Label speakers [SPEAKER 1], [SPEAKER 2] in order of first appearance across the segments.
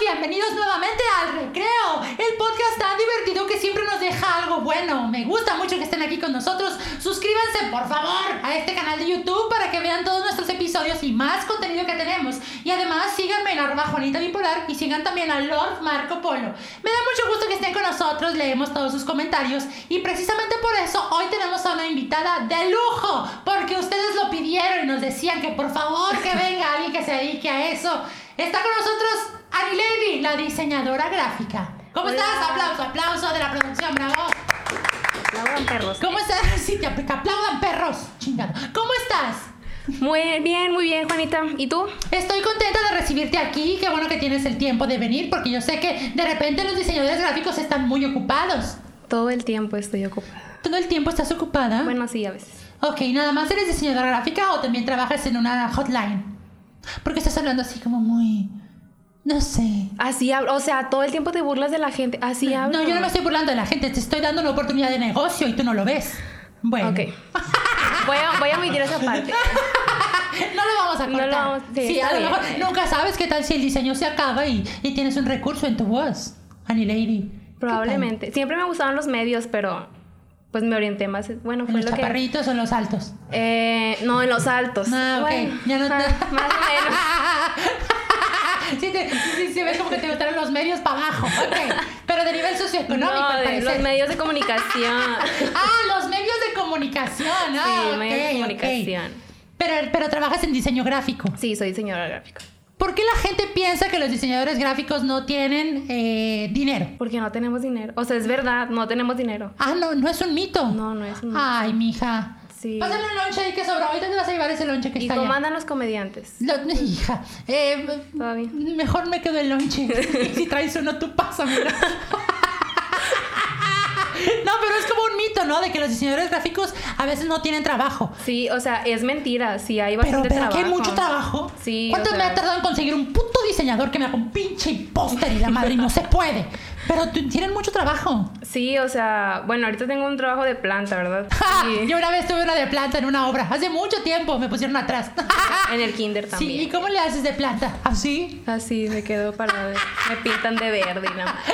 [SPEAKER 1] bienvenidos nuevamente al Recreo, el podcast tan divertido que siempre nos deja algo bueno. Me gusta mucho que estén aquí con nosotros. Suscríbanse, por favor, a este canal de YouTube para que vean todos nuestros episodios y más contenido que tenemos. Y además, síganme en arroba Juanita Bipolar y sigan también a Lord Marco Polo. Me da mucho gusto que estén con nosotros, leemos todos sus comentarios y precisamente por eso hoy tenemos a una invitada de lujo, porque ustedes lo pidieron y nos decían que por favor que venga alguien que se dedique a eso. Está con nosotros Ani Levy, la diseñadora gráfica. ¿Cómo
[SPEAKER 2] Hola.
[SPEAKER 1] estás? Aplauso, aplauso de la producción, bravo.
[SPEAKER 2] Aplaudan, perros.
[SPEAKER 1] ¿Cómo estás? Sí, te que aplaudan perros. Chingado. ¿Cómo estás?
[SPEAKER 2] Muy bien, muy bien, Juanita. ¿Y tú?
[SPEAKER 1] Estoy contenta de recibirte aquí. Qué bueno que tienes el tiempo de venir, porque yo sé que de repente los diseñadores gráficos están muy ocupados.
[SPEAKER 2] Todo el tiempo estoy ocupada.
[SPEAKER 1] ¿Todo el tiempo estás ocupada?
[SPEAKER 2] Bueno, sí, a veces.
[SPEAKER 1] Ok, ¿nada más eres diseñadora gráfica o también trabajas en una hotline? Porque estás hablando así como muy... No sé.
[SPEAKER 2] Así hablo, o sea, todo el tiempo te burlas de la gente. Así hablo.
[SPEAKER 1] No, yo no me estoy burlando de la gente, te estoy dando una oportunidad de negocio y tú no lo ves. Bueno.
[SPEAKER 2] Ok. Voy a, voy a omitir esa parte.
[SPEAKER 1] No lo vamos a
[SPEAKER 2] No lo
[SPEAKER 1] cortar.
[SPEAKER 2] vamos- sí,
[SPEAKER 1] sí, a
[SPEAKER 2] está
[SPEAKER 1] lo
[SPEAKER 2] bien.
[SPEAKER 1] mejor nunca sabes qué tal si el diseño se acaba y, y tienes un recurso en tu voz, Annie Lady.
[SPEAKER 2] Probablemente. Siempre me gustaban los medios, pero pues me orienté más. Bueno,
[SPEAKER 1] ¿En
[SPEAKER 2] fue
[SPEAKER 1] los
[SPEAKER 2] lo que.
[SPEAKER 1] chaparritos o en los altos?
[SPEAKER 2] Eh, no, en los altos.
[SPEAKER 1] Ah, ok.
[SPEAKER 2] Bueno,
[SPEAKER 1] Ya no te-
[SPEAKER 2] ah, Más o menos.
[SPEAKER 1] sí, te, sí, sí, ves como que te gustaron los medios para abajo. Ok. Pero de nivel socioeconómico,
[SPEAKER 2] No,
[SPEAKER 1] al
[SPEAKER 2] de
[SPEAKER 1] parecer.
[SPEAKER 2] los medios de comunicación.
[SPEAKER 1] Ah, los medios de comunicación. Ah,
[SPEAKER 2] sí, medios de
[SPEAKER 1] ok, ok.
[SPEAKER 2] comunicación.
[SPEAKER 1] Pero, pero trabajas en diseño gráfico.
[SPEAKER 2] Sí, soy diseñadora gráfica.
[SPEAKER 1] ¿Por qué la gente piensa que los diseñadores gráficos no tienen eh, dinero?
[SPEAKER 2] Porque no tenemos dinero. O sea, es verdad, no tenemos dinero.
[SPEAKER 1] Ah, no, no es un mito.
[SPEAKER 2] No, no es un.
[SPEAKER 1] Ay, mija.
[SPEAKER 2] Sí.
[SPEAKER 1] Ah. Pásale un lonche ahí que sobró. Ahorita te vas a llevar ese lonche que
[SPEAKER 2] ¿Y
[SPEAKER 1] está
[SPEAKER 2] cómo
[SPEAKER 1] allá.
[SPEAKER 2] andan los comediantes?
[SPEAKER 1] Lo- hija, eh,
[SPEAKER 2] Todavía.
[SPEAKER 1] mejor me quedo el lonche. y si traes uno, tú pásamelo. no, pero es como un mito, ¿no? De que los diseñadores gráficos a veces no tienen trabajo.
[SPEAKER 2] Sí, o sea, es mentira. Sí, hay
[SPEAKER 1] Pero,
[SPEAKER 2] bastante
[SPEAKER 1] pero
[SPEAKER 2] trabajo.
[SPEAKER 1] aquí hay mucho trabajo.
[SPEAKER 2] Sí,
[SPEAKER 1] ¿Cuánto
[SPEAKER 2] o
[SPEAKER 1] me
[SPEAKER 2] sea-
[SPEAKER 1] ha tardado en conseguir un puto diseñador que me haga un pinche póster y la madre y no se puede? Pero t- tienen mucho trabajo.
[SPEAKER 2] Sí, o sea, bueno, ahorita tengo un trabajo de planta, ¿verdad?
[SPEAKER 1] ¡Ja!
[SPEAKER 2] Sí.
[SPEAKER 1] Ah, Yo una vez tuve una de planta en una obra. Hace mucho tiempo me pusieron atrás.
[SPEAKER 2] En el kinder
[SPEAKER 1] ah. Sí, ¿y
[SPEAKER 2] también.
[SPEAKER 1] cómo le haces de planta? ¿Así?
[SPEAKER 2] Así me quedo parada. Me pintan de verde y nada más.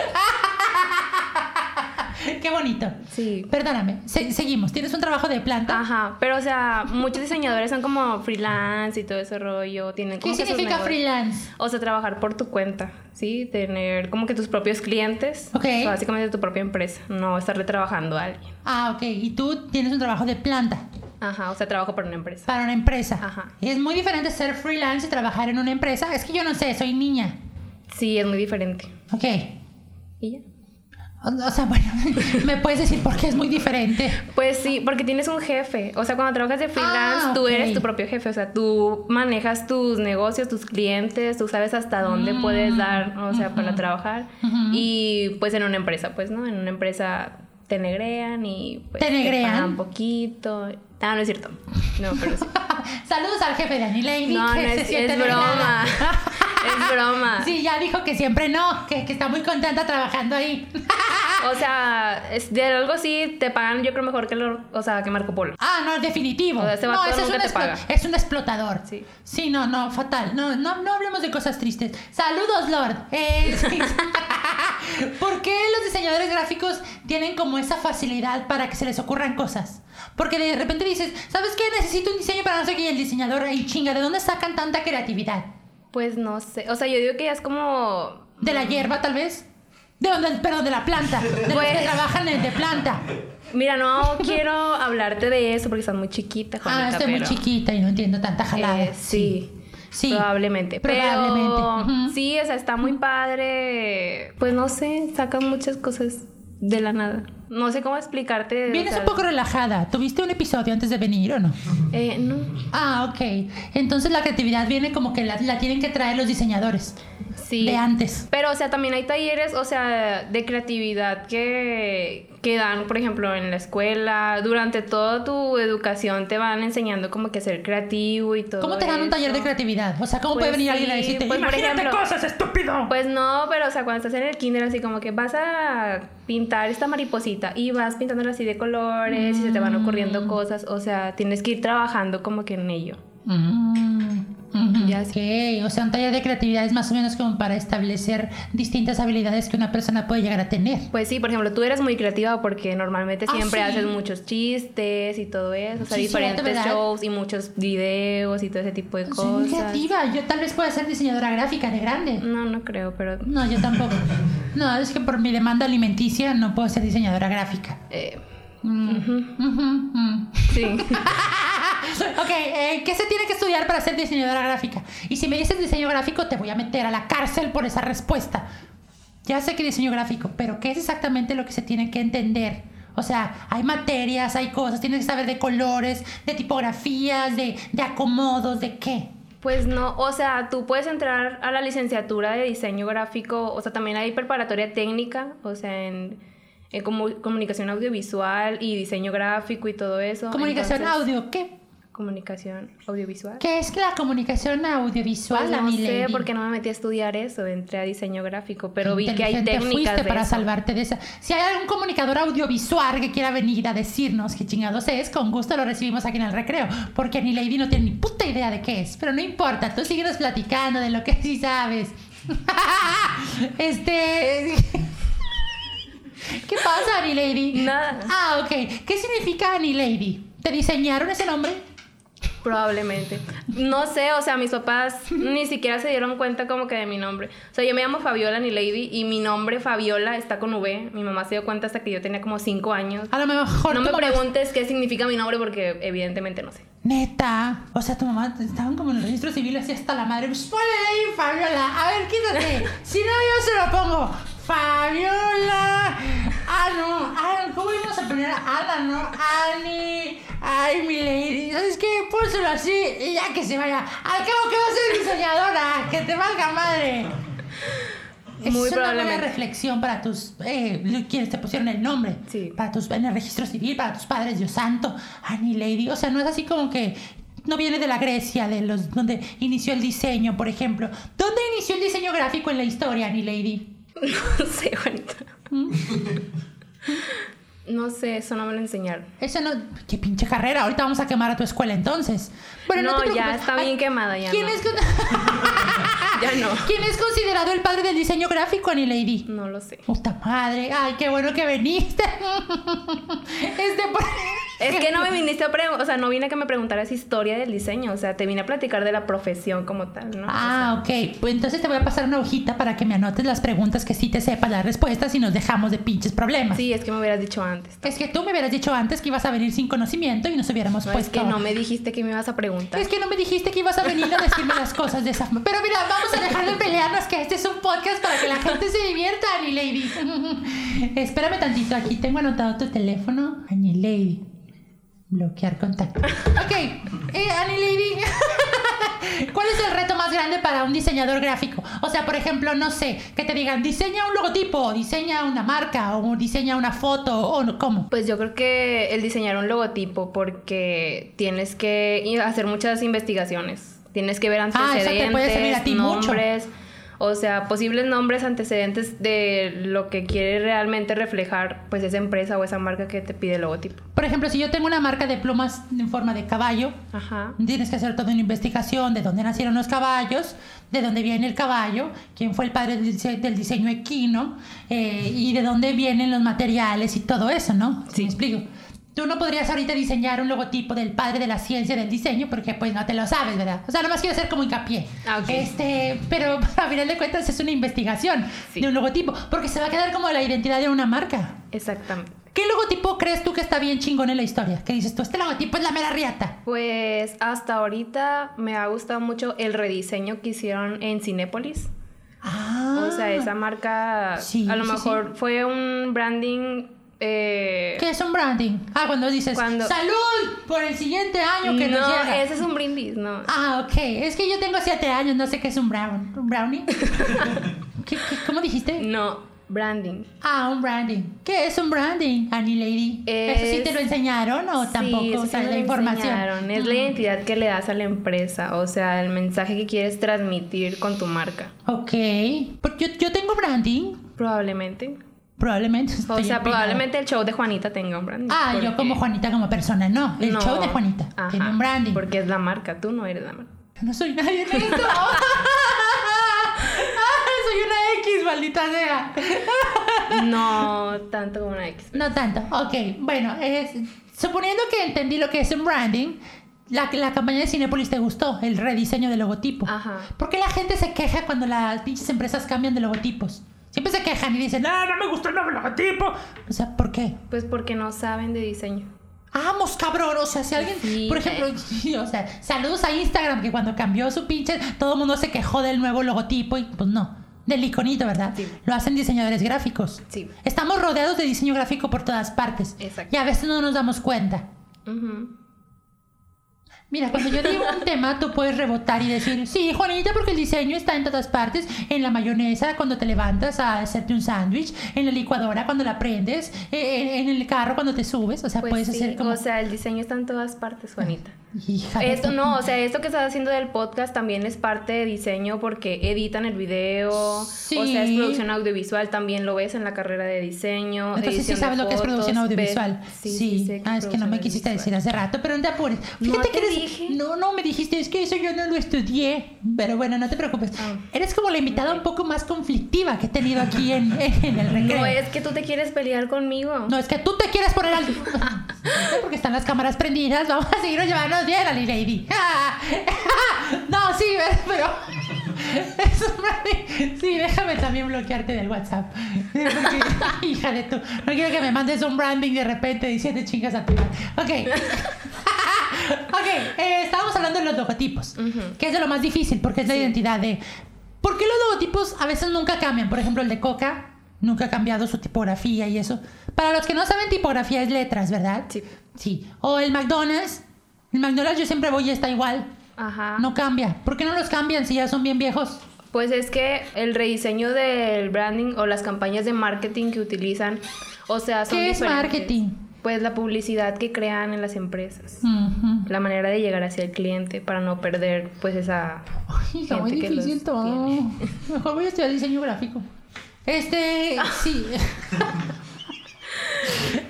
[SPEAKER 1] Qué bonito.
[SPEAKER 2] Sí.
[SPEAKER 1] Perdóname, se- seguimos. ¿Tienes un trabajo de planta?
[SPEAKER 2] Ajá, pero o sea, muchos diseñadores son como freelance y todo ese rollo. Tienen
[SPEAKER 1] ¿Qué
[SPEAKER 2] como que sus
[SPEAKER 1] significa
[SPEAKER 2] negocios.
[SPEAKER 1] freelance?
[SPEAKER 2] O sea, trabajar por tu cuenta, ¿sí? Tener como que tus propios clientes.
[SPEAKER 1] Ok.
[SPEAKER 2] O sea, básicamente tu propia empresa, no estarle trabajando a alguien.
[SPEAKER 1] Ah, ok. Y tú tienes un trabajo de planta
[SPEAKER 2] Ajá, o sea, trabajo para una empresa.
[SPEAKER 1] para una empresa.
[SPEAKER 2] Ajá.
[SPEAKER 1] Es muy diferente ser freelance y trabajar en una empresa. Es que yo no sé, soy niña.
[SPEAKER 2] Sí, es muy diferente.
[SPEAKER 1] Ok.
[SPEAKER 2] ¿Y ya?
[SPEAKER 1] O, o sea, bueno, me puedes decir por qué es muy diferente.
[SPEAKER 2] Pues sí, porque tienes un jefe. O sea, cuando trabajas de freelance,
[SPEAKER 1] Ah,
[SPEAKER 2] tú
[SPEAKER 1] ok.
[SPEAKER 2] eres tu propio jefe. O sea, tú manejas tus negocios, tus clientes, tú sabes hasta dónde puedes dar, o sea, para trabajar.
[SPEAKER 1] Mm, Ujú.
[SPEAKER 2] Y pues en una empresa, pues, ¿no? En una empresa te negrean y pues
[SPEAKER 1] ¿Te negrean?
[SPEAKER 2] pagan un poquito. Ah, no es cierto. No, pero sí.
[SPEAKER 1] Saludos al jefe de Annie
[SPEAKER 2] No, no
[SPEAKER 1] que se
[SPEAKER 2] es,
[SPEAKER 1] siente
[SPEAKER 2] es broma.
[SPEAKER 1] negada.
[SPEAKER 2] es broma.
[SPEAKER 1] Sí, ya dijo que siempre no, que, que está muy contenta trabajando ahí.
[SPEAKER 2] O sea, es de algo así te pagan yo creo mejor que lo, o sea, que Marco Polo.
[SPEAKER 1] Ah, no, definitivo.
[SPEAKER 2] O sea, ese
[SPEAKER 1] no,
[SPEAKER 2] vato
[SPEAKER 1] es, un
[SPEAKER 2] nunca te
[SPEAKER 1] explo-
[SPEAKER 2] paga.
[SPEAKER 1] es un explotador. Sí.
[SPEAKER 2] Sí.
[SPEAKER 1] no, no, fatal. No, no, no hablemos de cosas tristes. Saludos, Lord. Eh, sí. ¿Por qué los diseñadores gráficos tienen como esa facilidad para que se les ocurran cosas? Porque de repente dices, ¿sabes qué? Necesito un diseño para no sé qué y el diseñador, ay chinga, ¿de dónde sacan tanta creatividad?
[SPEAKER 2] Pues no sé. O sea, yo digo que ya es como
[SPEAKER 1] ¿De la hierba, tal vez? ¿De dónde? Perdón, de la planta. De los que
[SPEAKER 2] Pues-
[SPEAKER 1] trabajan en- de planta.
[SPEAKER 2] Mira, no quiero hablarte de eso porque estás muy chiquita, Juanita.
[SPEAKER 1] Ah, estoy muy
[SPEAKER 2] pero,
[SPEAKER 1] chiquita y no entiendo tanta jalada.
[SPEAKER 2] eh, sí.
[SPEAKER 1] Sí.
[SPEAKER 2] Probablemente.
[SPEAKER 1] Probablemente.
[SPEAKER 2] Pero,
[SPEAKER 1] Ujú.
[SPEAKER 2] Sí, o sea, está muy padre. Pues no sé, sacan muchas cosas de la nada. No sé cómo explicarte. o
[SPEAKER 1] Vienes
[SPEAKER 2] sea,
[SPEAKER 1] un poco relajada. ¿Tuviste un episodio antes de venir o no?
[SPEAKER 2] eh, no.
[SPEAKER 1] Ah, ok. Entonces la creatividad viene como que la, la tienen que traer los diseñadores
[SPEAKER 2] Sí.
[SPEAKER 1] de antes.
[SPEAKER 2] Pero, o sea, también hay talleres, o sea, de creatividad que, que dan, por ejemplo, en la escuela. Durante toda tu educación te van enseñando como que ser creativo y todo.
[SPEAKER 1] ¿Cómo te dan un taller de
[SPEAKER 2] eso.
[SPEAKER 1] creatividad? O sea, ¿cómo
[SPEAKER 2] Pues
[SPEAKER 1] puede venir alguien a
[SPEAKER 2] sí,
[SPEAKER 1] decirte,
[SPEAKER 2] pues, por
[SPEAKER 1] imagínate
[SPEAKER 2] ejemplo-
[SPEAKER 1] cosas, estúpido?
[SPEAKER 2] Pues no, pero o sea, cuando estás en el kinder así como que vas a pintar esta mariposita y vas pintándola así de colores y se te van ocurriendo cosas, o sea, tienes que ir trabajando como que en ello.
[SPEAKER 1] Mm, ujú,
[SPEAKER 2] Ya
[SPEAKER 1] ok. O sea, un taller de creatividad es más o menos como para establecer distintas habilidades que una persona puede llegar a tener.
[SPEAKER 2] Pues sí, por ejemplo, tú eres muy creativa porque normalmente
[SPEAKER 1] Ah,
[SPEAKER 2] siempre
[SPEAKER 1] sí.
[SPEAKER 2] haces muchos chistes y todo eso, o sea,
[SPEAKER 1] Sí, cierto,
[SPEAKER 2] diferentes
[SPEAKER 1] ¿verdad?
[SPEAKER 2] shows y muchos videos y todo ese tipo de
[SPEAKER 1] Soy muy
[SPEAKER 2] cosas.
[SPEAKER 1] creativa. Yo tal vez pueda ser diseñadora gráfica de grande.
[SPEAKER 2] No, no creo, pero
[SPEAKER 1] No, yo tampoco. No, es que por mi demanda alimenticia no puedo ser diseñadora gráfica.
[SPEAKER 2] eh,
[SPEAKER 1] Mm, ujú, mm.
[SPEAKER 2] sí.
[SPEAKER 1] Ok, eh, ¿qué se tiene que estudiar para ser diseñadora gráfica? Y si me dices diseño gráfico, te voy a meter a la cárcel por esa respuesta. Ya sé que diseño gráfico, pero ¿qué es exactamente lo que se tiene que entender? O sea, hay materias, hay cosas, tienes que saber de colores, de tipografías, de, de acomodos, de qué.
[SPEAKER 2] Pues no, o sea, tú puedes entrar a la licenciatura de diseño gráfico, o sea, también hay preparatoria técnica, o sea, en, en comu- comunicación audiovisual y diseño gráfico y todo eso.
[SPEAKER 1] Comunicación
[SPEAKER 2] Entonces,
[SPEAKER 1] audio, ¿qué?
[SPEAKER 2] Comunicación audiovisual.
[SPEAKER 1] ¿Qué es la comunicación audiovisual,
[SPEAKER 2] Pues
[SPEAKER 1] la
[SPEAKER 2] no
[SPEAKER 1] milady?
[SPEAKER 2] sé por qué no me metí a estudiar eso, entré a diseño gráfico, pero vi que hay
[SPEAKER 1] Inteligente
[SPEAKER 2] técnicas
[SPEAKER 1] fuiste
[SPEAKER 2] de
[SPEAKER 1] para
[SPEAKER 2] eso.
[SPEAKER 1] salvarte de esa. Si hay algún comunicador audiovisual que quiera venir a decirnos qué chingados es, con gusto lo recibimos aquí en el recreo, porque ni Lady no tiene ni puta idea de qué es. Pero no importa, tú síguenos platicando de lo que sí sabes. este... ¿Qué pasa, Annie Lady?
[SPEAKER 2] Nada.
[SPEAKER 1] Ah, ok. ¿Qué significa Annie Lady? ¿Te diseñaron ese nombre?
[SPEAKER 2] Probablemente. No sé, o sea, mis papás ni siquiera se dieron cuenta como que de mi nombre. O sea, yo me llamo Fabiola ni Lady y mi nombre Fabiola está con V. Mi mamá se dio cuenta hasta que yo tenía como 5 años.
[SPEAKER 1] A lo mejor
[SPEAKER 2] No me
[SPEAKER 1] tu mamá-
[SPEAKER 2] preguntes qué significa mi nombre porque evidentemente no sé.
[SPEAKER 1] Neta, o sea, tu mamá estaban como en el registro civil así hasta la madre. Pues ponle ahí, Fabiola. A ver, quítate. si no, yo se lo pongo. Fabiola. Ah, no. Ah, ¿Cómo íbamos a poner a Ana, no? Ani. Ay, mi lady. ¿Sabes qué? Pónselo así y ya que se vaya. Al cabo que vas a ser diseñadora. Que te valga madre.
[SPEAKER 2] Muy
[SPEAKER 1] es una buena
[SPEAKER 2] probablemente.
[SPEAKER 1] reflexión para tus eh, quienes te pusieron el nombre
[SPEAKER 2] Sí.
[SPEAKER 1] para tus en el registro civil para tus padres Dios santo Annie Lady o sea no es así como que no viene de la Grecia de los donde inició el diseño por ejemplo dónde inició el diseño gráfico en la historia Annie Lady
[SPEAKER 2] No sé, Juanita.
[SPEAKER 1] ¿Mm?
[SPEAKER 2] No sé, eso no me lo enseñaron.
[SPEAKER 1] eso no qué pinche carrera ahorita vamos a quemar a tu escuela entonces bueno no,
[SPEAKER 2] No,
[SPEAKER 1] te
[SPEAKER 2] ya
[SPEAKER 1] preocupes.
[SPEAKER 2] está bien quemada, ya
[SPEAKER 1] quién
[SPEAKER 2] no.
[SPEAKER 1] es con-
[SPEAKER 2] Ya no.
[SPEAKER 1] quién es considerado el padre del diseño gráfico Annie Lady
[SPEAKER 2] No lo sé.
[SPEAKER 1] Puta madre, ay, qué bueno que viniste. Este, por-
[SPEAKER 2] Es que no me viniste a preguntar, o sea, no vine a que me preguntaras historia del diseño, o sea, te vine a platicar de la profesión como tal, ¿no? O sea,
[SPEAKER 1] Ah, ok. Pues entonces te voy a pasar una hojita para que me anotes las preguntas que sí te sepas las respuestas y nos dejamos de pinches problemas.
[SPEAKER 2] sí, es que me hubieras dicho antes.
[SPEAKER 1] Es que tú me hubieras dicho antes que ibas a venir sin conocimiento y nos hubiéramos
[SPEAKER 2] No,
[SPEAKER 1] puesto.
[SPEAKER 2] es que no me dijiste que me ibas a preguntar.
[SPEAKER 1] Es que no me dijiste que ibas a venir a decirme las cosas de esa forma. Pero mira, vamos a dejar de pelearnos que este es un podcast para que la gente se divierta, Annie Lady. Espérame tantito, aquí tengo anotado tu teléfono, Annie Lady. Bloquear contacto. Ok, eh, Annie Lady. ¿Cuál es el reto más grande para un diseñador gráfico? O sea, por ejemplo, no sé, que te digan, diseña un logotipo, o diseña una marca, o diseña una foto, o no- cómo.
[SPEAKER 2] Pues yo creo que el diseñar un logotipo porque tienes que i- hacer muchas investigaciones. Tienes que ver
[SPEAKER 1] Ah, eso te puede servir
[SPEAKER 2] antecedentes,
[SPEAKER 1] a ti mucho.
[SPEAKER 2] nombres, o sea, posibles nombres, antecedentes de lo que quiere realmente reflejar pues esa empresa o esa marca que te pide el logotipo.
[SPEAKER 1] Por ejemplo, si yo tengo una marca de plumas en forma de caballo,
[SPEAKER 2] Ajá.
[SPEAKER 1] Tienes que hacer toda una investigación de dónde nacieron los caballos, de dónde viene el caballo, quién fue el padre del, dise- del diseño equino eh, y de dónde vienen los materiales y todo eso, ¿no? Sí. ¿Me explico? Tú no podrías ahorita diseñar un logotipo del padre de la ciencia del diseño porque pues no te lo sabes, ¿verdad? O sea, nomás quiero hacer como hincapié.
[SPEAKER 2] Ah, ok.
[SPEAKER 1] Este, pero a final de cuentas es una investigación
[SPEAKER 2] Sí.
[SPEAKER 1] de un logotipo porque se va a quedar como la identidad de una marca.
[SPEAKER 2] Exactamente.
[SPEAKER 1] ¿Qué logotipo crees tú que está bien chingón en la historia? Que dices tú, este logotipo es la mera riata.
[SPEAKER 2] Pues hasta ahorita me ha gustado mucho el rediseño que hicieron en Cinépolis.
[SPEAKER 1] Ah.
[SPEAKER 2] O sea, esa marca
[SPEAKER 1] Sí,
[SPEAKER 2] a lo
[SPEAKER 1] sí,
[SPEAKER 2] mejor fue un branding... eh,
[SPEAKER 1] ¿Qué es un branding? Ah, cuando dices
[SPEAKER 2] Cuando-
[SPEAKER 1] salud por el siguiente año que nos
[SPEAKER 2] no,
[SPEAKER 1] llega.
[SPEAKER 2] ese es un brindis, no.
[SPEAKER 1] Ah, ok. Es que yo tengo siete años, no sé qué es un brown. ¿Un brownie? ¿Qué- qué- cómo dijiste?
[SPEAKER 2] No, branding.
[SPEAKER 1] Ah, un branding. ¿Qué es un branding, Annie Lady? ¿Eso sí
[SPEAKER 2] Es-
[SPEAKER 1] te lo enseñaron o tampoco
[SPEAKER 2] Sí, eso sí
[SPEAKER 1] sabes
[SPEAKER 2] me
[SPEAKER 1] la
[SPEAKER 2] lo
[SPEAKER 1] información?
[SPEAKER 2] enseñaron. Es la identidad que le das a la empresa, o sea, el mensaje que quieres transmitir con tu marca,
[SPEAKER 1] Ok. Porque yo, yo tengo branding.
[SPEAKER 2] probablemente.
[SPEAKER 1] Probablemente.
[SPEAKER 2] O
[SPEAKER 1] estoy
[SPEAKER 2] sea,
[SPEAKER 1] opinando.
[SPEAKER 2] probablemente el show de Juanita tenga un branding.
[SPEAKER 1] Ah, yo
[SPEAKER 2] porque-
[SPEAKER 1] como Juanita como persona, no. El
[SPEAKER 2] No.
[SPEAKER 1] show de Juanita.
[SPEAKER 2] Ajá,
[SPEAKER 1] Tiene un branding.
[SPEAKER 2] Porque es la marca, tú no eres la marca.
[SPEAKER 1] Yo No soy nadie en esto. soy una X, maldita sea.
[SPEAKER 2] No tanto como una X.
[SPEAKER 1] No tanto. Ok, bueno, es, suponiendo que entendí lo que es un branding, la, la campaña de Cinepolis te gustó, el rediseño del logotipo.
[SPEAKER 2] Ajá.
[SPEAKER 1] ¿Por qué la gente se queja cuando las pinches empresas cambian de logotipos? Siempre se quejan y dicen, no, no me gustó el nuevo logotipo. O sea, ¿por qué?
[SPEAKER 2] Pues porque no saben de diseño.
[SPEAKER 1] Vamos, cabrón. O sea, si alguien,
[SPEAKER 2] Sí,
[SPEAKER 1] por ejemplo, sí, o sea, saludos a Instagram, que cuando cambió su pinche, todo el mundo se quejó del nuevo logotipo y pues no. Del iconito, ¿verdad?
[SPEAKER 2] Sí.
[SPEAKER 1] Lo hacen diseñadores gráficos.
[SPEAKER 2] Sí.
[SPEAKER 1] Estamos rodeados de diseño gráfico por todas partes.
[SPEAKER 2] Exacto.
[SPEAKER 1] Y a veces no nos damos cuenta.
[SPEAKER 2] Ujú.
[SPEAKER 1] Mira, cuando yo digo un tema, tú puedes rebotar y decir, sí, Juanita, porque el diseño está en todas partes, en la mayonesa cuando te levantas a hacerte un sándwich, en la licuadora cuando la prendes, eh, en, en el carro cuando te subes, o sea,
[SPEAKER 2] Pues
[SPEAKER 1] puedes
[SPEAKER 2] sí,
[SPEAKER 1] hacer como...
[SPEAKER 2] o sea, el diseño está en todas partes, Juanita.
[SPEAKER 1] Hija de
[SPEAKER 2] Esto
[SPEAKER 1] tu-
[SPEAKER 2] no, o sea, esto que estás haciendo del podcast también es parte de diseño porque editan el video, o sea, es
[SPEAKER 1] Sí.
[SPEAKER 2] producción audiovisual, también lo ves en la carrera de diseño.
[SPEAKER 1] Entonces sí
[SPEAKER 2] edición de
[SPEAKER 1] sabes lo que es producción
[SPEAKER 2] fotos, ves-
[SPEAKER 1] audiovisual. Sí.
[SPEAKER 2] sé
[SPEAKER 1] ah, es que no
[SPEAKER 2] producción
[SPEAKER 1] me quisiste
[SPEAKER 2] audiovisual.
[SPEAKER 1] decir hace rato, pero no te apures.
[SPEAKER 2] No
[SPEAKER 1] Fíjate que
[SPEAKER 2] te
[SPEAKER 1] eres-
[SPEAKER 2] dije.
[SPEAKER 1] No, no me dijiste, es que eso yo no lo estudié. Pero bueno, no te preocupes.
[SPEAKER 2] Ah.
[SPEAKER 1] Eres como la invitada un poco más conflictiva que he tenido aquí en, en el recreo.
[SPEAKER 2] No es que tú te quieres pelear conmigo.
[SPEAKER 1] No, es que tú te quieres poner al... Porque están las cámaras prendidas, vamos a seguir llevándonos bien a la Lady. no, sí, pero... Es un- Sí, déjame también bloquearte del WhatsApp. Porque, hija de tú. No quiero que me mandes un branding de repente diciendo chingas a tu madre. Ok. ok, eh, estábamos hablando de los logotipos, que es de lo más difícil porque es la identidad de... ¿Por qué los logotipos a veces nunca cambian? Por ejemplo, el de Coca nunca ha cambiado su tipografía y eso. Para los que no saben, tipografía es letras, ¿verdad?
[SPEAKER 2] Sí.
[SPEAKER 1] Sí. O el McDonald's. El McDonald's yo siempre voy y está igual.
[SPEAKER 2] Ajá.
[SPEAKER 1] No cambia. ¿Por qué no los cambian si ya son bien viejos?
[SPEAKER 2] Pues es que el rediseño del branding o las campañas de marketing que utilizan, o sea, son
[SPEAKER 1] ¿Qué es
[SPEAKER 2] diferentes.
[SPEAKER 1] marketing?
[SPEAKER 2] Pues la publicidad que crean en las empresas.
[SPEAKER 1] Ujú.
[SPEAKER 2] La manera de llegar hacia el cliente para no perder pues esa
[SPEAKER 1] Hija, muy
[SPEAKER 2] gente que los
[SPEAKER 1] difícil todo.
[SPEAKER 2] tiene.
[SPEAKER 1] Mejor voy a estudiar diseño gráfico. Este, sí.
[SPEAKER 2] Pero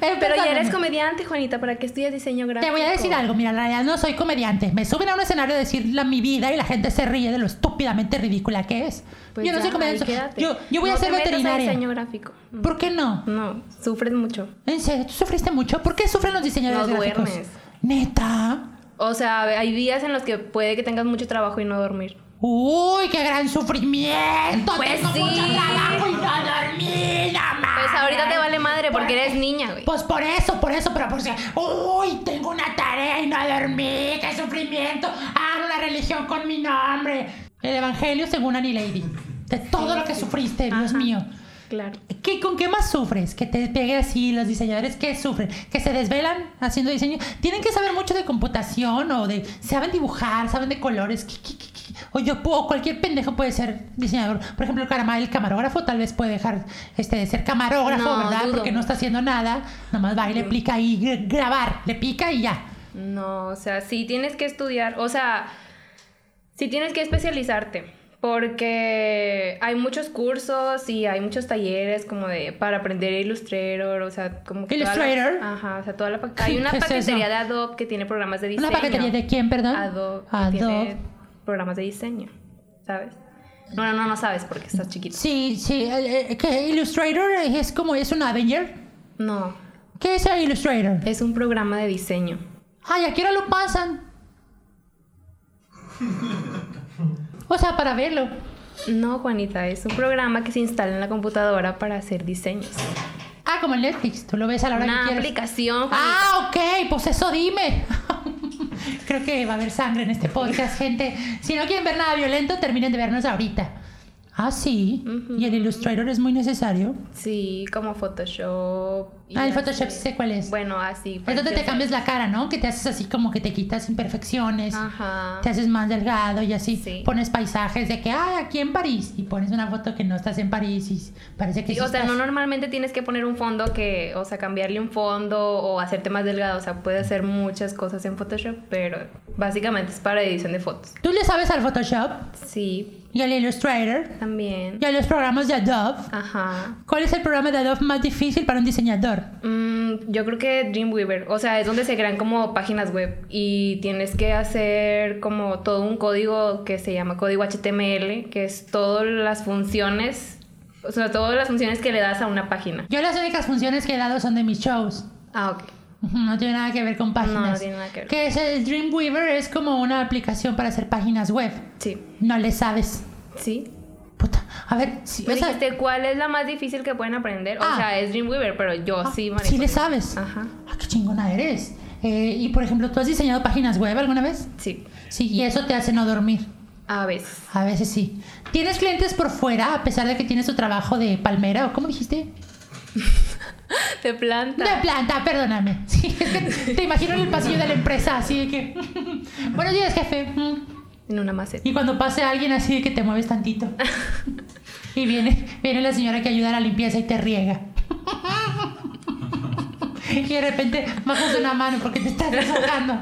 [SPEAKER 2] ya eres
[SPEAKER 1] Perdóname.
[SPEAKER 2] comediante, Juanita, ¿para qué estudias diseño gráfico?
[SPEAKER 1] Te voy a decir algo, mira, en realidad no soy comediante. Me suben a un escenario a decir la, mi vida y la gente se ríe de lo estúpidamente ridícula que es.
[SPEAKER 2] Pues
[SPEAKER 1] yo no
[SPEAKER 2] ya,
[SPEAKER 1] soy comediante.
[SPEAKER 2] ahí quédate.
[SPEAKER 1] Yo, yo voy a
[SPEAKER 2] No
[SPEAKER 1] ser
[SPEAKER 2] te metas
[SPEAKER 1] veterinaria.
[SPEAKER 2] diseño gráfico. Mm.
[SPEAKER 1] ¿Por qué no?
[SPEAKER 2] No, sufres mucho.
[SPEAKER 1] En serio, ¿tú sufriste mucho? ¿Por qué sufren los diseñadores
[SPEAKER 2] No
[SPEAKER 1] gráficos?
[SPEAKER 2] duermes.
[SPEAKER 1] Neta.
[SPEAKER 2] O sea, hay días en los que puede que tengas mucho trabajo y no dormir.
[SPEAKER 1] Uy, qué gran sufrimiento.
[SPEAKER 2] Pues
[SPEAKER 1] Tengo
[SPEAKER 2] sí.
[SPEAKER 1] mucho trabajo y no dormí, no
[SPEAKER 2] Pues
[SPEAKER 1] mames.
[SPEAKER 2] ahorita te vale madre porque eres niña, güey.
[SPEAKER 1] Ah, Pues por eso, por eso, pero porque. Uy, tengo una tarea y no dormí, qué sufrimiento. Hago una religión con mi nombre. El Evangelio según Annie Lady. De todo lo que sufriste, Dios
[SPEAKER 2] Ajá.
[SPEAKER 1] mío.
[SPEAKER 2] Claro.
[SPEAKER 1] ¿Qué, ¿Con qué más sufres? Que te pegue así los diseñadores que sufren, que se desvelan haciendo diseño. Tienen que saber mucho de computación o de... Saben dibujar, saben de colores. ¿Qué- qué- qué- qué? O yo puedo- o cualquier pendejo puede ser diseñador. Por ejemplo, el, carama- el camarógrafo tal vez puede dejar este, de ser camarógrafo,
[SPEAKER 2] No,
[SPEAKER 1] ¿verdad?
[SPEAKER 2] dudo.
[SPEAKER 1] Porque no está haciendo nada. Nomás va y le pica y gr- grabar. Le pica y ya.
[SPEAKER 2] No, o sea, sí tienes que estudiar, o sea, sí tienes que especializarte, porque hay muchos cursos y hay muchos talleres como de para aprender Illustrator, o sea, como que toda la-
[SPEAKER 1] ¿Illustrator?
[SPEAKER 2] ajá, o sea, toda la pa- hay una
[SPEAKER 1] ¿Qué es eso?
[SPEAKER 2] paquetería de Adobe que tiene programas de diseño.
[SPEAKER 1] ¿Una paquetería de quién, perdón?
[SPEAKER 2] Adobe, que
[SPEAKER 1] Adobe.
[SPEAKER 2] tiene programas de diseño, ¿sabes? No, no, no, no sabes porque estás chiquito.
[SPEAKER 1] Sí, sí. eh, eh, ¿qué? Illustrator es como... ¿Es un Avenger?
[SPEAKER 2] No,
[SPEAKER 1] ¿Qué es el Illustrator?
[SPEAKER 2] es un programa de diseño.
[SPEAKER 1] Ay, ¿a qué hora lo pasan? O sea, para verlo.
[SPEAKER 2] No, Juanita, es un programa que se instala en la computadora para hacer diseños.
[SPEAKER 1] Ah, como el Netflix, tú lo ves a la hora
[SPEAKER 2] Una
[SPEAKER 1] que quieres.
[SPEAKER 2] aplicación. Juanita.
[SPEAKER 1] Ah, ok, pues eso dime. Creo que va a haber sangre en este podcast, gente. Si no quieren ver nada violento, terminen de vernos ahorita. Ah, sí. Y el Illustrator es muy necesario.
[SPEAKER 2] Sí, como Photoshop. y
[SPEAKER 1] Ah, el
[SPEAKER 2] así.
[SPEAKER 1] Photoshop sí sé cuál es.
[SPEAKER 2] Bueno, así.
[SPEAKER 1] es donde te
[SPEAKER 2] precioso.
[SPEAKER 1] cambias la cara, ¿no? Que te haces así como que te quitas imperfecciones.
[SPEAKER 2] Ah, Ajá.
[SPEAKER 1] te haces más delgado y así
[SPEAKER 2] Sí.
[SPEAKER 1] pones paisajes de que ah aquí en París y pones una foto que no estás en París y parece que
[SPEAKER 2] Sí,
[SPEAKER 1] sí
[SPEAKER 2] o sea,
[SPEAKER 1] estás.
[SPEAKER 2] no normalmente tienes que poner un fondo que, o sea, cambiarle un fondo o hacerte más delgado. O sea, puedes hacer muchas cosas en Photoshop, pero Básicamente es para edición de fotos.
[SPEAKER 1] ¿Tú le sabes al Photoshop
[SPEAKER 2] Sí,
[SPEAKER 1] y al Illustrator
[SPEAKER 2] también.
[SPEAKER 1] y a los programas de Adobe?
[SPEAKER 2] Ajá.
[SPEAKER 1] ¿Cuál es el programa de Adobe más difícil para un diseñador?
[SPEAKER 2] Mm, yo creo que Dreamweaver, o sea, es donde se crean como páginas web y tienes que hacer como todo un código que se llama código HTML, que es todas las funciones, o sea, todas las funciones que le das a una página.
[SPEAKER 1] Yo las únicas funciones que he dado son de mis shows.
[SPEAKER 2] Ah, ok.
[SPEAKER 1] Ujú, No tiene nada que ver con páginas.
[SPEAKER 2] No, no tiene nada que ver.
[SPEAKER 1] es el Dreamweaver es como una aplicación para hacer páginas web.
[SPEAKER 2] Sí,
[SPEAKER 1] No le sabes.
[SPEAKER 2] sí.
[SPEAKER 1] Puta. A ver, si,
[SPEAKER 2] Me
[SPEAKER 1] o sea,
[SPEAKER 2] dijiste cuál es la más difícil que pueden aprender.
[SPEAKER 1] Ah.
[SPEAKER 2] O sea, es Dreamweaver, pero yo
[SPEAKER 1] ah,
[SPEAKER 2] sí manejo
[SPEAKER 1] sí le
[SPEAKER 2] Dream-
[SPEAKER 1] sabes.
[SPEAKER 2] Ajá.
[SPEAKER 1] Ah, qué chingona eres. Eh, y por ejemplo, ¿tú has diseñado páginas web alguna vez?
[SPEAKER 2] Sí,
[SPEAKER 1] Sí, y eso te hace no dormir.
[SPEAKER 2] a veces.
[SPEAKER 1] A veces sí. ¿Tienes clientes por fuera a pesar de que tienes tu trabajo de palmera o cómo dijiste?
[SPEAKER 2] Te planta.
[SPEAKER 1] De planta, perdóname. Sí, es que te imagino en el pasillo de la empresa, así de que. Buenos días, jefe. Mm.
[SPEAKER 2] En una maceta.
[SPEAKER 1] Y cuando pase alguien así de que te mueves tantito. Y viene, viene la señora que ayuda a la limpieza y te riega. Y de repente bajas una mano porque te estás deshojando.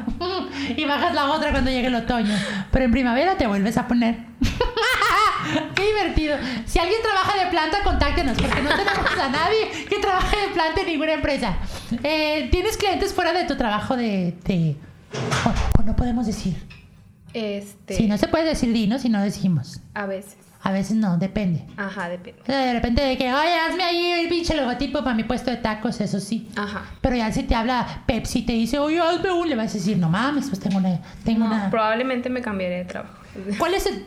[SPEAKER 1] Y bajas la otra cuando llegue el otoño. Pero en primavera te vuelves a poner. ¡Qué divertido! Si alguien trabaja de planta, contáctenos, porque no tenemos a nadie que trabaje de planta en ninguna empresa. Eh, ¿Tienes clientes fuera de tu trabajo de... de- o- o no podemos decir?
[SPEAKER 2] Este,
[SPEAKER 1] Si no se puede decir dinos si no decimos.
[SPEAKER 2] a veces.
[SPEAKER 1] A veces no, depende.
[SPEAKER 2] Ajá, depende.
[SPEAKER 1] O sea, de repente de que, oye, hazme ahí el pinche logotipo para mi puesto de tacos, eso sí.
[SPEAKER 2] Ajá.
[SPEAKER 1] Pero ya si te habla Pepsi y te dice, oye, hazme un, le vas a decir, no mames, pues tengo una... Tengo
[SPEAKER 2] No,
[SPEAKER 1] una...
[SPEAKER 2] probablemente me cambiaré de trabajo.
[SPEAKER 1] ¿Cuál es el...?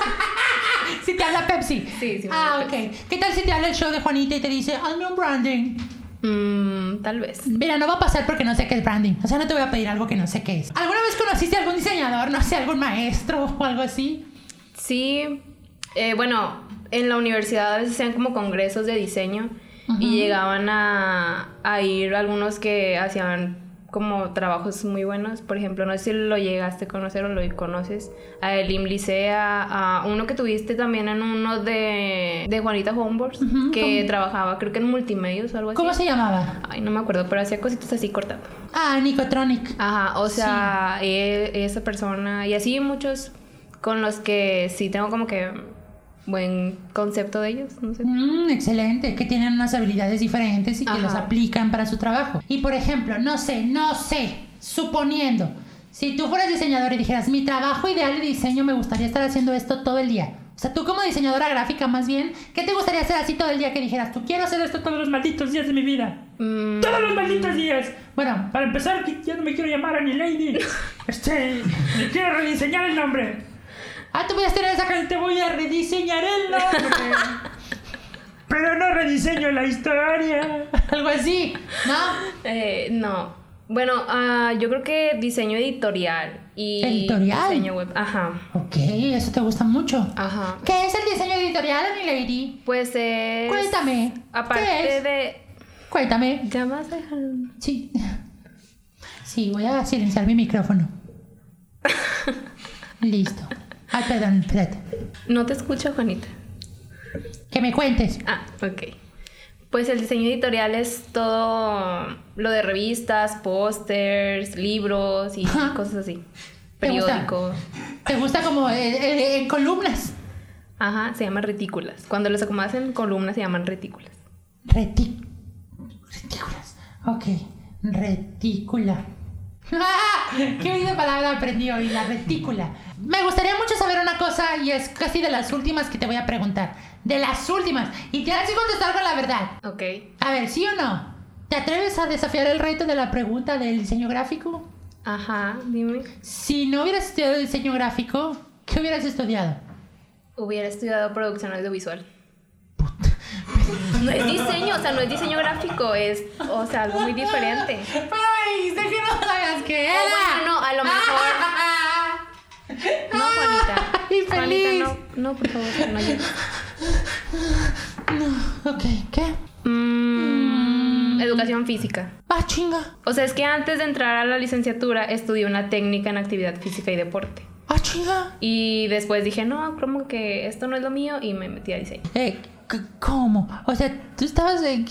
[SPEAKER 1] si te habla Pepsi.
[SPEAKER 2] Sí, sí me
[SPEAKER 1] Ah,
[SPEAKER 2] habla
[SPEAKER 1] ok. ¿Qué tal si te habla el show de Juanita y te dice, hazme un branding?
[SPEAKER 2] Mm, tal vez.
[SPEAKER 1] Mira, no va a pasar porque no sé qué es branding. O sea, no te voy a pedir algo que no sé qué es. ¿Alguna vez conociste a algún diseñador, no sé, algún maestro o algo así?
[SPEAKER 2] Sí. eh, bueno, en la universidad a veces hacían como congresos de diseño
[SPEAKER 1] Ujú.
[SPEAKER 2] y llegaban a, a ir algunos que hacían como trabajos muy buenos. Por ejemplo, no sé si lo llegaste a conocer o lo conoces. A Elim Licea, a uno que tuviste también en uno de, de Juanita Homebors,
[SPEAKER 1] Ujú,
[SPEAKER 2] que
[SPEAKER 1] ¿cómo?
[SPEAKER 2] trabajaba creo que en multimedios o algo así.
[SPEAKER 1] ¿Cómo se llamaba?
[SPEAKER 2] Ay, no me acuerdo, pero hacía cositas así cortando.
[SPEAKER 1] Ah, Nicotronic.
[SPEAKER 2] Ajá, o sea, e- esa persona y así muchos con los que sí tengo como que buen concepto de ellos, no sé.
[SPEAKER 1] Mm, excelente, que tienen unas habilidades diferentes y que
[SPEAKER 2] Ajá.
[SPEAKER 1] las aplican para su trabajo. Y por ejemplo, no sé, no sé, suponiendo, si tú fueras diseñador y dijeras, mi trabajo ideal de diseño me gustaría estar haciendo esto todo el día. O sea, tú como diseñadora gráfica más bien, ¿qué te gustaría hacer así todo el día que dijeras, tú quiero hacer esto todos los malditos días de mi vida?
[SPEAKER 2] Mm,
[SPEAKER 1] Todos los malditos días. Bueno, para empezar, que ya no me quiero llamar a ni Lady. Este, me quiero rediseñar el nombre. Ah, tú voy a tener esa cara, te voy a rediseñar el nombre. Pero no rediseño la historia. Algo así, ¿no?
[SPEAKER 2] eh, no. Bueno, ah, yo creo que diseño editorial y
[SPEAKER 1] ¿Editorial?
[SPEAKER 2] diseño web. Ajá,
[SPEAKER 1] Ok, eso te gusta mucho.
[SPEAKER 2] ajá.
[SPEAKER 1] ¿Qué es el diseño editorial, mi Lady?
[SPEAKER 2] Pues es
[SPEAKER 1] Cuéntame. ¿Qué
[SPEAKER 2] aparte
[SPEAKER 1] es?
[SPEAKER 2] de
[SPEAKER 1] Cuéntame.
[SPEAKER 2] ya me vas a dejar-
[SPEAKER 1] Sí. Sí, voy a silenciar mi micrófono. Listo. Ah, perdón, espérate.
[SPEAKER 2] No te escucho, Juanita.
[SPEAKER 1] Que me cuentes.
[SPEAKER 2] Ah, ok. Pues el diseño editorial es todo lo de revistas, pósters, libros y
[SPEAKER 1] Ajá.
[SPEAKER 2] cosas así.
[SPEAKER 1] ¿Te gusta?
[SPEAKER 2] Periódico.
[SPEAKER 1] ¿Te gusta como eh, eh, en columnas?
[SPEAKER 2] Ajá, se llaman retículas. Cuando los acomodas en columnas se llaman retículas.
[SPEAKER 1] Reti retículas. Ok. Retícula. ¡Ah! ¡Qué linda palabra aprendí hoy! La retícula. Me gustaría mucho saber una cosa y es casi de las últimas que te voy a preguntar. De las últimas. Y tienes que contestar con la verdad.
[SPEAKER 2] Ok.
[SPEAKER 1] A ver, ¿sí o no? ¿Te atreves a desafiar el reto de la pregunta del diseño gráfico?
[SPEAKER 2] Ajá, dime.
[SPEAKER 1] Si no hubieras estudiado diseño gráfico, ¿qué hubieras estudiado?
[SPEAKER 2] Hubiera estudiado producción audiovisual. No es diseño, o sea, no es diseño gráfico, es, o sea, algo muy diferente.
[SPEAKER 1] Pero me dijiste que no sabías qué era.
[SPEAKER 2] O Oh, bueno, no, a lo No, Juanita.
[SPEAKER 1] Ay, feliz.
[SPEAKER 2] Juanita, no, no, por favor, no llores.
[SPEAKER 1] ok, ¿qué?
[SPEAKER 2] Mm, educación física.
[SPEAKER 1] Ah, chinga.
[SPEAKER 2] O sea, es que antes de entrar a la licenciatura estudié una técnica en actividad física y deporte.
[SPEAKER 1] Ah, chinga.
[SPEAKER 2] Y después dije, no, como que esto no es lo mío y me metí a diseño.
[SPEAKER 1] Eh, c- ¿cómo? O sea, tú estabas en...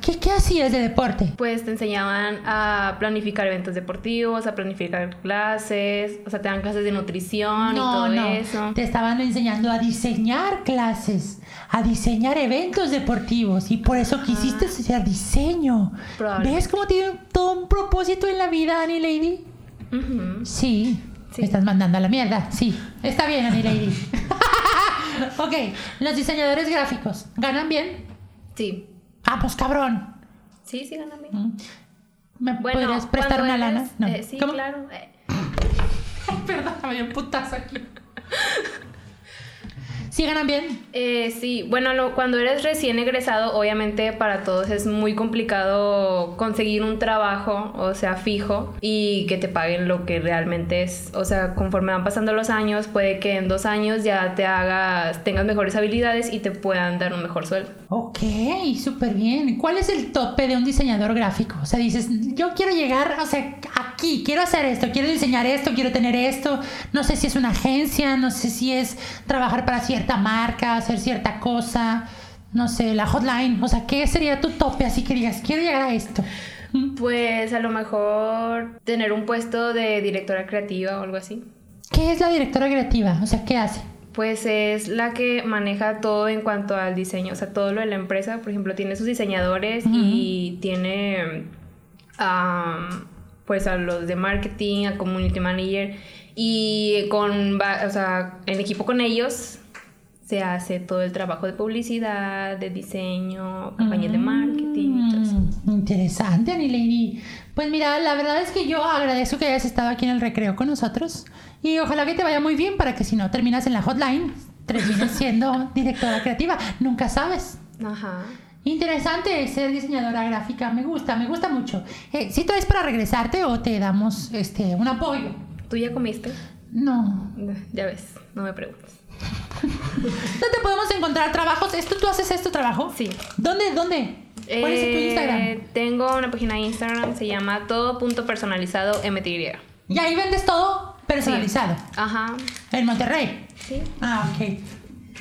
[SPEAKER 1] ¿Qué, qué hacías de deporte?
[SPEAKER 2] Pues te enseñaban a planificar eventos deportivos, a planificar clases, o sea, te dan clases de nutrición y todo eso.
[SPEAKER 1] Te estaban enseñando a diseñar clases, a diseñar eventos deportivos y por eso quisiste hacer diseño.
[SPEAKER 2] Probable.
[SPEAKER 1] ¿Ves cómo tiene todo un propósito en la vida, Annie Lady?
[SPEAKER 2] Ujú.
[SPEAKER 1] Sí.
[SPEAKER 2] Sí.
[SPEAKER 1] Me estás mandando a la mierda. Sí. Está bien, Annie Lady. ok, los diseñadores gráficos, ¿ganan bien?
[SPEAKER 2] Sí,
[SPEAKER 1] Ah, pues cabrón.
[SPEAKER 2] sí, sí, ganan bien.
[SPEAKER 1] ¿Me
[SPEAKER 2] Bueno,
[SPEAKER 1] podrías prestar una
[SPEAKER 2] cuando eres-
[SPEAKER 1] lana? No.
[SPEAKER 2] eh, sí,
[SPEAKER 1] ¿Cómo?
[SPEAKER 2] claro. eh,
[SPEAKER 1] Perdón, me dio un putazo aquí. ¿Sí ganan bien?
[SPEAKER 2] Eh, sí, bueno, lo- cuando eres recién egresado, obviamente para todos es muy complicado conseguir un trabajo, o sea, fijo, y que te paguen lo que realmente es. O sea, conforme van pasando los años, puede que en dos años ya te hagas, tengas mejores habilidades y te puedan dar un mejor sueldo.
[SPEAKER 1] Ok, súper bien. ¿Cuál es el tope de un diseñador gráfico? O sea, dices, yo quiero llegar, o sea, aquí, quiero hacer esto, quiero diseñar esto, quiero tener esto. No sé si es una agencia, no sé si es trabajar para cierta marca, hacer cierta cosa, no sé, la hotline. O sea, ¿qué sería tu tope? Así que digas, quiero llegar a esto.
[SPEAKER 2] Pues a lo mejor tener un puesto de directora creativa o algo así.
[SPEAKER 1] ¿Qué es la directora creativa? O sea, ¿qué hace?
[SPEAKER 2] Pues es la que maneja todo en cuanto al diseño, o sea, todo lo de la empresa, por ejemplo, tiene sus diseñadores y tiene am, pues a los de marketing, a community manager y con, va- o sea, en equipo con ellos se hace todo el trabajo de publicidad, de diseño, campañas
[SPEAKER 1] Ah.
[SPEAKER 2] de marketing y todo eso.
[SPEAKER 1] Mm, Interesante, Annie Lady. Pues mira, la verdad es que yo agradezco que hayas estado aquí en el recreo con nosotros y ojalá que te vaya muy bien para que si no terminas en la hotline, termines siendo directora creativa. Nunca sabes.
[SPEAKER 2] Ajá.
[SPEAKER 1] Interesante ser diseñadora gráfica. Me gusta, me gusta mucho. Eh, ¿Sí traes para regresarte o te damos este, un apoyo?
[SPEAKER 2] ¿Tú ya comiste?
[SPEAKER 1] No.
[SPEAKER 2] Ya ves, no me preguntes.
[SPEAKER 1] ¿Dónde podemos encontrar trabajos? ¿Esto, ¿Tú haces esto trabajo?
[SPEAKER 2] Sí.
[SPEAKER 1] ¿Dónde? ¿Dónde? ¿Cuál es tu
[SPEAKER 2] Eh,
[SPEAKER 1] Instagram?
[SPEAKER 2] Tengo una página de Instagram, se llama todo punto personalizado MTY.
[SPEAKER 1] Y ahí vendes todo personalizado.
[SPEAKER 2] Ajá,
[SPEAKER 1] En Monterrey.
[SPEAKER 2] sí.
[SPEAKER 1] Ah, ok.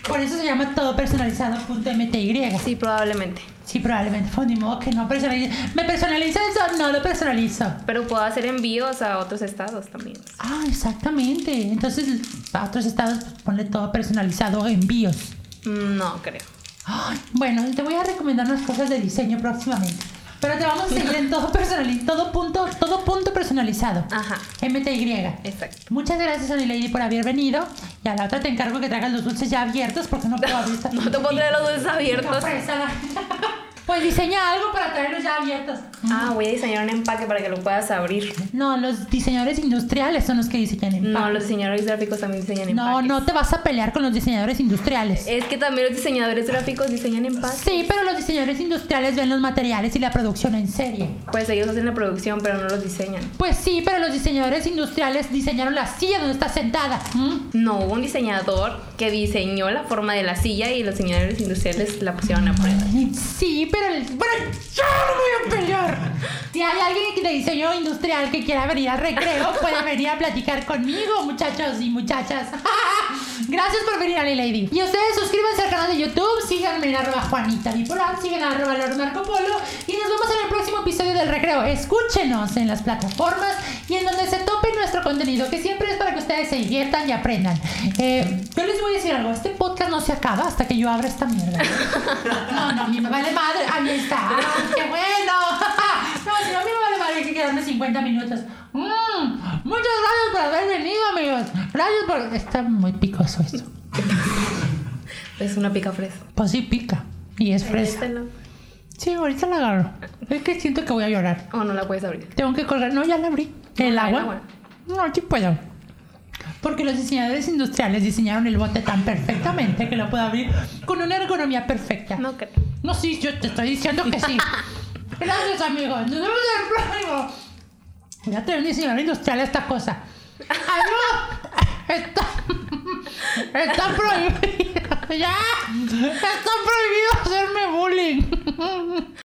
[SPEAKER 1] Por eso se llama todo personalizado.mty. Sí.
[SPEAKER 2] Sí, probablemente.
[SPEAKER 1] sí, probablemente fue ni modo que no personalice. ¿Me personaliza eso? No lo personalizo.
[SPEAKER 2] Pero puedo hacer envíos a otros estados también.
[SPEAKER 1] Ah, exactamente. Entonces, a otros estados, pues, ponle todo personalizado, envíos.
[SPEAKER 2] Mm, No creo.
[SPEAKER 1] Ay, bueno, te voy a recomendar unas cosas de diseño próximamente. Pero te vamos a seguir en todo personalizado, todo punto, todo punto personalizado.
[SPEAKER 2] Ajá,
[SPEAKER 1] MTY.
[SPEAKER 2] exacto.
[SPEAKER 1] Muchas gracias, Annie Lady, por haber venido. Y a la otra te encargo que traigas los dulces ya abiertos porque no puedo abrir esta-
[SPEAKER 2] No te puedo traer los dulces
[SPEAKER 1] Está
[SPEAKER 2] abiertos.
[SPEAKER 1] fresa la- Pues diseña algo para traerlos ya abiertos.
[SPEAKER 2] Ah, voy a diseñar un empaque para que lo puedas abrir.
[SPEAKER 1] No, los diseñadores industriales son los que diseñan empaques.
[SPEAKER 2] No, los diseñadores gráficos también diseñan
[SPEAKER 1] no,
[SPEAKER 2] empaques.
[SPEAKER 1] no te vas a pelear con los diseñadores industriales.
[SPEAKER 2] Es que también los diseñadores gráficos diseñan empaques.
[SPEAKER 1] Sí, pero los diseñadores industriales ven los materiales y la producción en serie.
[SPEAKER 2] Pues ellos hacen la producción, pero no los diseñan.
[SPEAKER 1] Pues sí, pero los diseñadores industriales diseñaron la silla donde estás sentada. ¿Mm?
[SPEAKER 2] No hubo un diseñador que diseñó la forma de la silla y los diseñadores industriales la pusieron a prueba.
[SPEAKER 1] Sí, pero, el- pero yo no me voy a pelear. Si hay alguien de diseño industrial que quiera venir al recreo, puede venir a platicar conmigo, muchachos y muchachas. Gracias por venir, Ali Lady. Y ustedes suscríbanse al canal de YouTube, síganme en arroba Juanita Bipolar, sigan a arroba Lord Marco Polo y nos vemos en el próximo episodio del recreo. Escúchenos en las plataformas y en donde se tope nuestro contenido, que siempre es para que ustedes se diviertan y aprendan. Eh, yo les voy a decir algo, este podcast no se acaba hasta que yo abra esta mierda. No, no, a mí me vale madre. A mí está. ¡Ay, ¡Qué bueno! No, si no, a mí me vale madre hay que quedarme 50 minutos. Mm, muchas gracias por haber venido, amigos. Gracias por... Está muy picoso esto.
[SPEAKER 2] Es una pica fresca.
[SPEAKER 1] Pues sí, pica. Y es fresa. Sí, ahorita la agarro. Es que siento que voy a llorar.
[SPEAKER 2] O no la puedes abrir.
[SPEAKER 1] Tengo que colgar... No, ya la abrí. ¿El
[SPEAKER 2] Ah, el
[SPEAKER 1] agua?
[SPEAKER 2] agua.
[SPEAKER 1] No, sí puedo. Porque los diseñadores industriales diseñaron el bote tan perfectamente que lo puedo abrir con una ergonomía perfecta.
[SPEAKER 2] No creo.
[SPEAKER 1] No, sí, yo te estoy diciendo que sí. Gracias, amigos. Nos vemos en el próximo. Voy a tener un diseñador industrial esta cosa. ¡Ay, no! Está, está prohibido. ¡Ya! Está prohibido hacerme bullying.